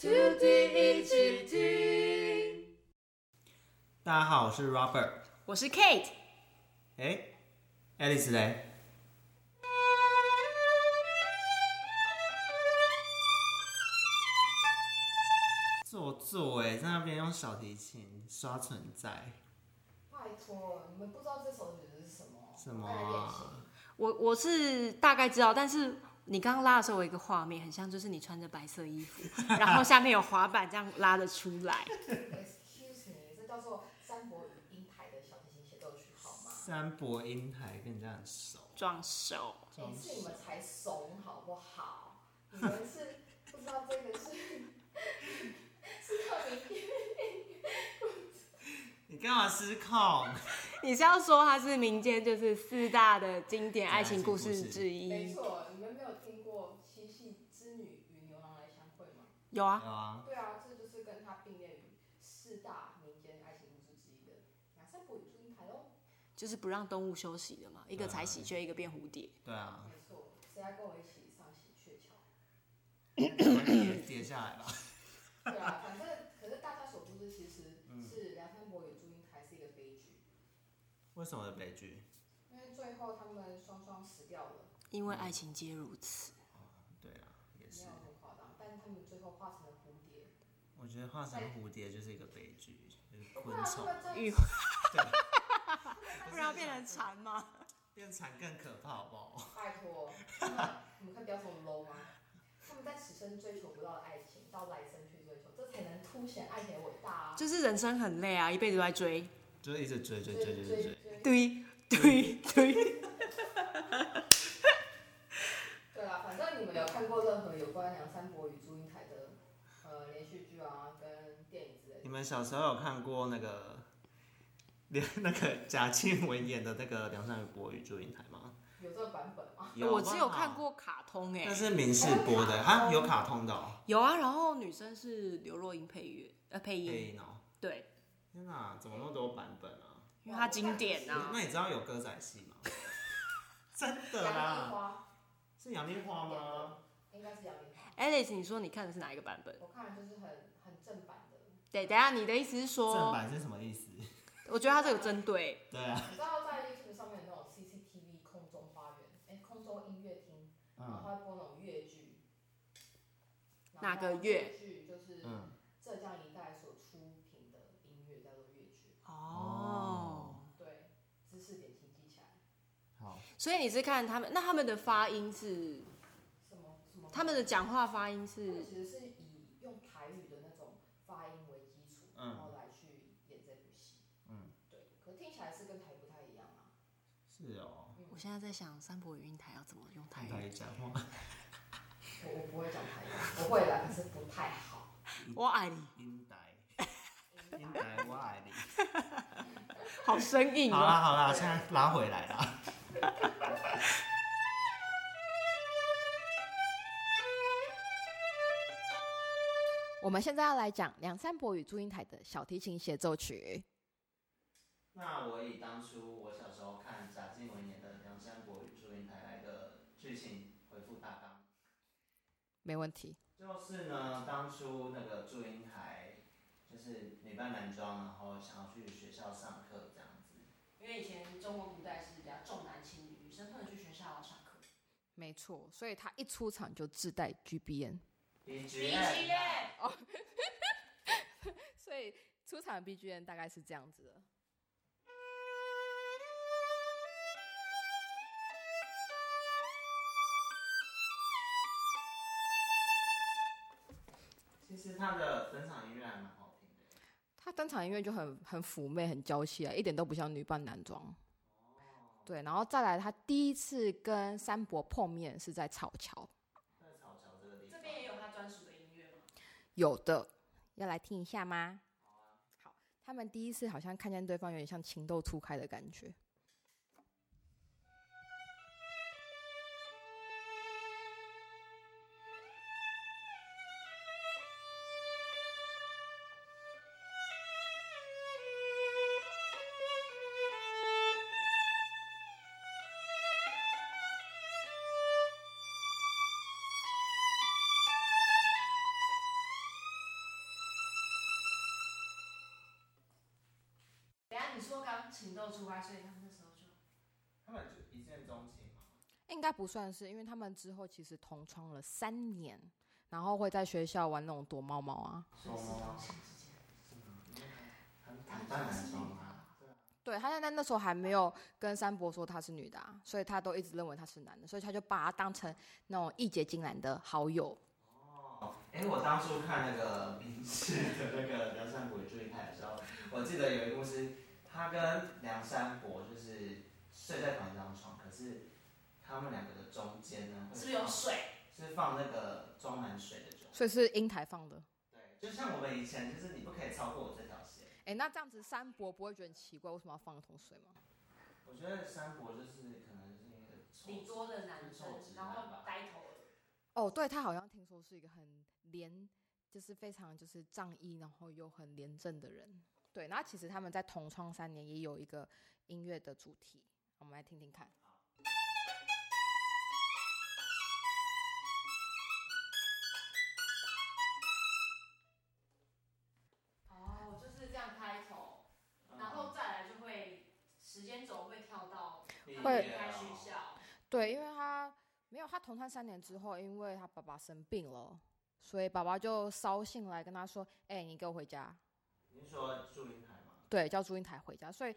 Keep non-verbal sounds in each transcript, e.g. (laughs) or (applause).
To D 一起听。大家好，我是 Robert。我是 Kate，哎，Alice 嘞？做作哎，在那边用小提琴刷存在，拜托，你们不知道这首曲子是什么？什么快来练习啊？我我是大概知道，但是你刚刚拉的时候，我有一个画面很像，就是你穿着白色衣服， (laughs) 然后下面有滑板这样拉的出来。哎 Excuse me，这叫做三国语音台的小提琴协奏曲，好吗？三伯音台跟人家很熟，装熟，每哎装次你熟们才怂，好不好？你们是不知道这个是 (laughs) 是要你你干嘛失控？你是要说它是民间就是四大的啊经典爱情故事之没一？错，你们没有听过《七夕之女与牛郎来相会》吗？有啊，有啊，对啊，这就是跟它并列于四大民间爱情故事之一的哪三部语祝英台喽。就是不让动物休息的嘛，一个踩喜鹊，一个变蝴蝶。对啊，没错，谁要跟我一起上喜鹊桥？把碟跌下来吧。对 (laughs) 啊，反正可是大家所不知，其实嗯是梁山伯与祝英台是一个悲剧，为什么的悲剧？因为最后他们双双死掉了，因为爱情皆如此，对啊，也没是有，很夸张，但是他们最后化成了蝴蝶。我觉得化成蝴蝶就是一个悲剧，就是不昆然他虫，们真欲的 (laughs) 不然要变成蝉吗？变蝉更可怕，好不好？拜托，他们你们可以不要这么 low 吗？他们在此生追求不到的爱情，到来生去追求，这才能凸显爱情的伟大啊！就是人生很累啊，一辈子都在追，就一直追追追追追追追追。追，堆堆堆。对啦，反正你们有看过任何有关梁山伯与祝英台的呃连续剧啊，跟电影之类的吗。你们小时候有看过那个连那个 (laughs) 贾静雯演的那个《梁山伯与祝英台》吗？有这个版本吗？哦我只有啊吧看，过哦卡通哎、那是明视播的，还有卡哈，通有卡通的哦。有啊，然后女生是刘若英配乐，呃，配音，配音哦，对，天哪，怎么那么多版本啊？因为它经典啊呐、那你知道有歌仔戏 (laughs) 吗？真的杨丽啦，花是杨丽啊花吗？？应该是杨丽花。 Alice，你说你看的是哪一个版本？我看就是很很正版的。对，等一下你的意思是正说，版是什么意思？我觉得它这个针对对啊，你知道在 YouTube 上面有那种 CCTV 空中花园，哎、空中音乐厅，然后嗯它会播那种越剧。哪个越？剧就是嗯，浙江一带所出品的音乐叫做越剧。哦，对，知识点请记起来。好，所以你是看他们，那他们的发音是，什么什么？他们的讲话发音他们是，其实是以用台语的那种发音为基础，嗯然后来去演这部戏。嗯，对，可听起来是跟台语不太一样啊。是哦，我现在在想三伯云台要怎么用台看他语，一讲话， (laughs) 我我不会讲台语，我会啦，可是 (laughs) 不太好。我爱你，英台，嗯英台，我爱 (laughs) 你。好生硬好啦哦。好啦，现在拉回来啦。我们现在要来讲梁山伯与祝英台的小提琴协奏曲。那我以当初我小时候看贾静雯演的《梁山伯与祝英台》来的剧情回复大纲，没问题。就是呢，当初那个祝英台就是女扮男装，然后想要去学校上课这样子。因为以前中国古代是比较重男轻女，女生不能去学校上课。没错，所以他一出场就自带 GBN， B G M，耶，所以出场的 BGM 大概是这样子的。其实她的登场音乐还蛮好听的。他登场音乐就很很妩媚、很娇气啊，一点都不像女扮男装。对，然后再来，他第一次跟三伯碰面是在草桥，在草桥这个地这方，边也有他专属的音乐吗？有的，要来听一下吗？好，啊他们第一次好像看见对方有点像情窦初开的感觉。你说钢琴都出来，所以他们那时候就他们就一见钟情嘛。应该不算是，因为他们之后其实同窗了三年，然后会在学校玩那种躲猫猫啊。所以是同性之间。很坦荡很爽啊。对，他现在那时候还没有跟三伯说他是女的、啊，所以他都一直认为他是男的，所以他就把他当成那种义结金兰的好友。哦，哎，我当初看那个 (laughs) 明视的那个梁山伯与祝英台的时候，我记得有一幕是他跟梁山伯就是睡在同一张床，可是他们两个的中间呢，会是不是有水？是放那个装满水的酒。所以是英台放的。对，就像我们以前就是你不可以超过我这条线。哎，那这样子三伯不会觉得很奇怪，为什么要放一桶水吗？我觉得山伯就是可能是一个臭理多的男生臭直，男然后吧呆头鹅。哦，对他好像听说是一个很廉，就是非常就是仗义，然后又很廉政的人。对，然后其实他们在同窗三年也有一个音乐的主题，我们来听听看。哦，就是这样开头，嗯然后再来就会时间轴会跳到毕业会离开学了校。对，因为他没有他同窗三年之后，因为他爸爸生病了，所以爸爸就捎信来跟他说：“哎、你给我回家。你是说祝英台吗”？对，叫祝英台回家。所以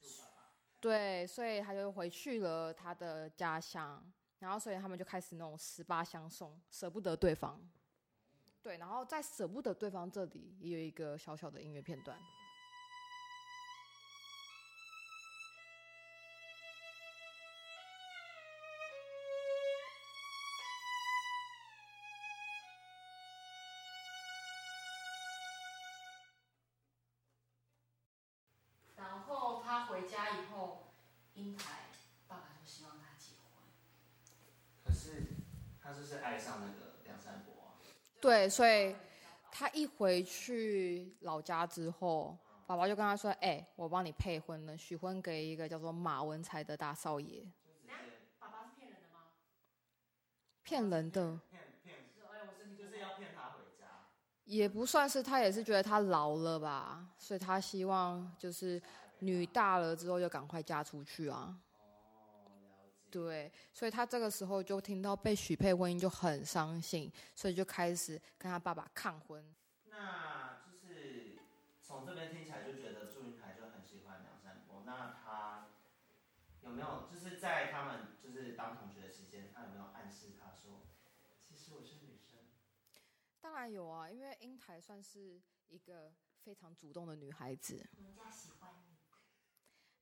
祝爸爸。对，所以他就回去了他的家乡，然后所以他们就开始那种十八相送，舍不得对方。对，然后在舍不得对方这里也有一个小小的音乐片段。然后他回家以后，英台爸爸就希望他结婚。可是他就是爱上那个梁山伯啊、对，所以他一回去老家之后，爸爸就跟他说：“哎、我帮你配婚了，许婚给一个叫做马文才的大少爷，就直接爸爸是骗人的吗？骗人的，骗骗，就是哎，我身体不哦就好是要骗他回家。也不算是他，也是觉得他老了吧，所以他希望就是女大了之后就赶快嫁出去啊。哦，了解。对，所以他这个时候就听到被许配婚姻就很伤心，所以就开始跟他爸爸抗婚。那就是从这边听起来就觉得祝英台就很喜欢梁山伯。那他有没有就是在他们就是当同学的期间，他有没有暗示他说，其实我是女生？当然有啊，因为英台算是一个非常主动的女孩子，人家喜欢你，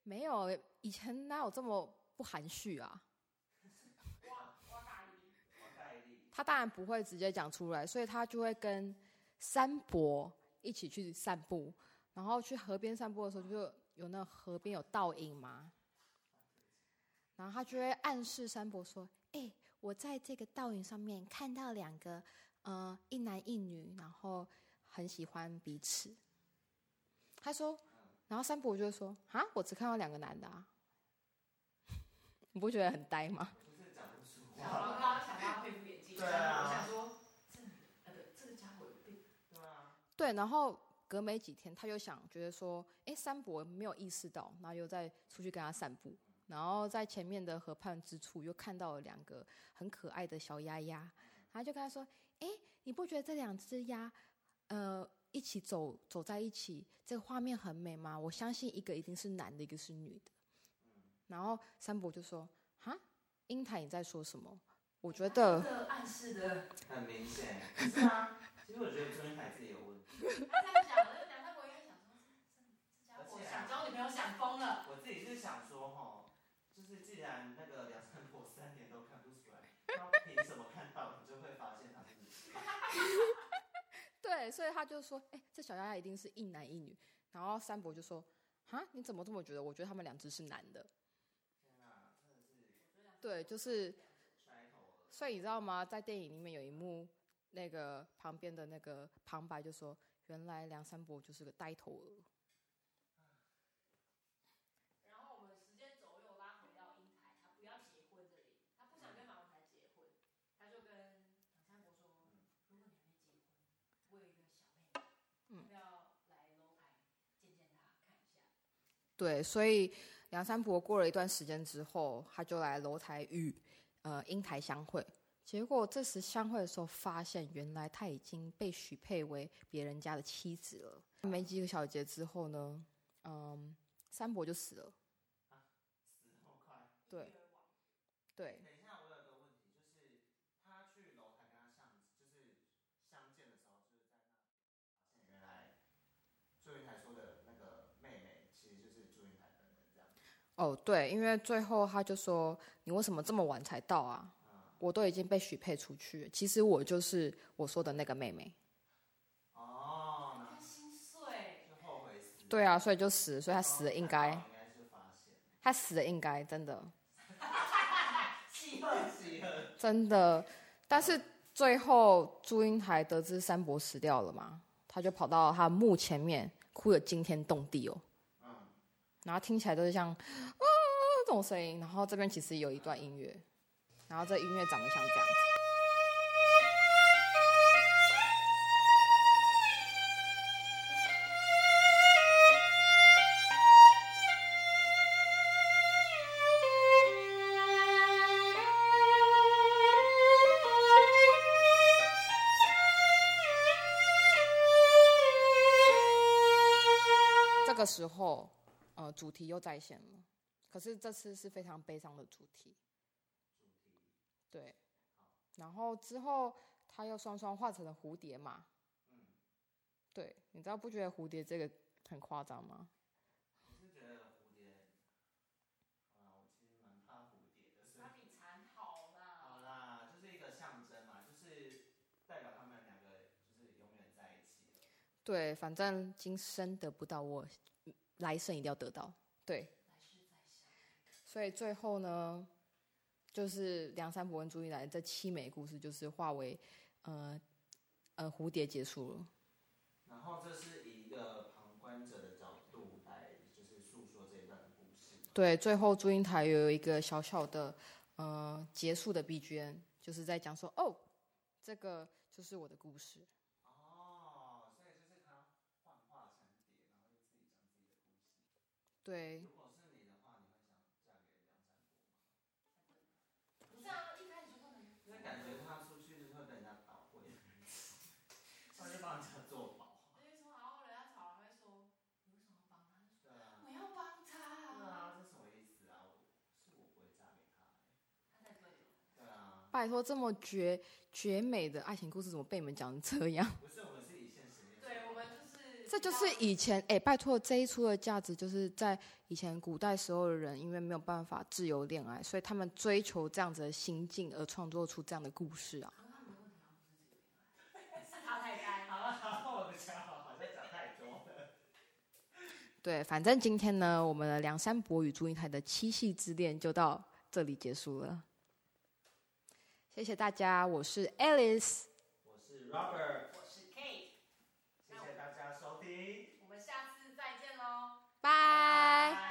没有以前哪有这么不含蓄啊？哇哇大姨，我戴笠。她当然不会直接讲出来，所以她就会跟三伯一起去散步，然后去河边散步的时候，就有那河边有倒影嘛，然后她就会暗示三伯说：“哎、我在这个倒影上面看到两个，呃，一男一女，然后很喜欢彼此。”他说，然后三伯就会说：“啊，我只看到两个男的啊。” (laughs) 你不觉得很呆吗？我就是讲不出小话。黄刚想帮他恢复眼睛，对啊我想说，这女呃不，这个家伙有病，对啊，对，然后隔没几天，他又想觉得说，哎，三伯没有意识到，然后又再出去跟他散步，然后在前面的河畔之处又看到了两个很可爱的小鸭鸭，然后就跟他说，哎，你不觉得这两只鸭，呃，一起走走在一起，这个画面很美吗？我相信一个一定是男的，一个是女的。然后三伯就说，哈，英台你在说什么？我觉得。这个暗示的，很明显。 (laughs) 是啊，其实我觉得祝英台自己有问题。他这样讲，那梁山伯应该想说，这这这家而伙且啊想交女朋友想疯了，我自己是想说哈，就是既然那个梁山伯三年都看不出来，他凭什么看到你就会发现他是女生？对，所以他就说：“哎、这小丫丫一定是一男一女。”然后三伯就说：“哈，你怎么这么觉得？我觉得他们两只是男的。天啊，真的是”对，就是，摔头了。所以你知道吗？在电影里面有一幕，那个旁边的那个旁白就说：“原来梁山伯就是个呆头鹅。然后我们时间轴又拉回到英台，他不要结婚这里，他不想跟马文才结婚，他就跟梁山伯说，如果你还没结婚，我有一个小妹妹，要不要来楼台见见她看一下？对，所以梁山伯过了一段时间之后，他就来楼台与呃英台相会。结果这时相会的时候，发现原来他已经被许配为别人家的妻子了。没几个小节之后呢，嗯，三伯就死了。死后快。对，对，等一下，我有个问题，就是他去楼台跟他相，就是相见的时候，就是在那啊原来祝英台说的那个妹妹，其实就是祝英台本人这样。哦，对，因为最后他就说：“你为什么这么晚才到啊？我都已经被许配出去了，其实我就是我说的那个妹妹。哦，然后他心碎，就后悔死。”哦对啊，所以就死了，所以他死了应该，应该是发现。他死了应该真的 (laughs) 气愤，饥饿真的。但是最后祝英台得知三伯死掉了嘛，他就跑到他墓前面哭得惊天动地哦，嗯，然后听起来都是像啊这种声音，然后这边其实有一段音乐，然后这音乐长得像这样子。这个时候，呃，主题又再现了，可是这次是非常悲伤的主题。对，然后之后他又双双化成了蝴蝶嘛。对，你知道不觉得蝴蝶这个很夸张吗？我是觉得蝴蝶，啊，我其实蛮怕蝴蝶的，所以他比蝉好啦。好啦，就是一个象征嘛，就是代表他们两个就是永远在一起。对，反正今生得不到我，来生一定要得到。对，所以最后呢，就是梁山伯跟朱一来这凄美故事，就是化为呃呃蝴蝶结束了。然后这是以一个旁观者的角度来，就是诉说这一段故事。对，最后祝英台有一个小小的呃结束的 BGM，就是在讲说哦，这个就是我的故事。哦，所以就是他幻化成蝶，然后就自己讲自己的故事。对，如果是你的话，你会想嫁给梁山伯不是啊，吗？就是一开始就不能。感觉他出去就是会被人家捣毁，他就帮人家做保。因为说好后来他哦吵了，会说你为什么要帮他？对啊，我要帮对他。啊，这什么意思啊？我是我不会嫁给他。他在对我。对啊，拜托，这么绝绝美的爱情故事，怎么被你们讲成这样？ (laughs) 不是我们是以现实面说。对，我们就是。这就是以前哎，拜托这一出的价值，就是在以前古代时候的人，因为没有办法自由恋爱，所以他们追求这样子的心境，而创作出这样的故事啊。可是他们的问题好像不是 (laughs) 这个，是他太呆。好了好了，我的想法好像讲太多了。对，反正今天呢，我们的梁山伯与祝英台的七夕之恋就到这里结束了。谢谢大家，我是 Alice， (laughs) 我是 Robert，我是 Kate，谢谢大家收听。我们下次再见喽，拜。拜。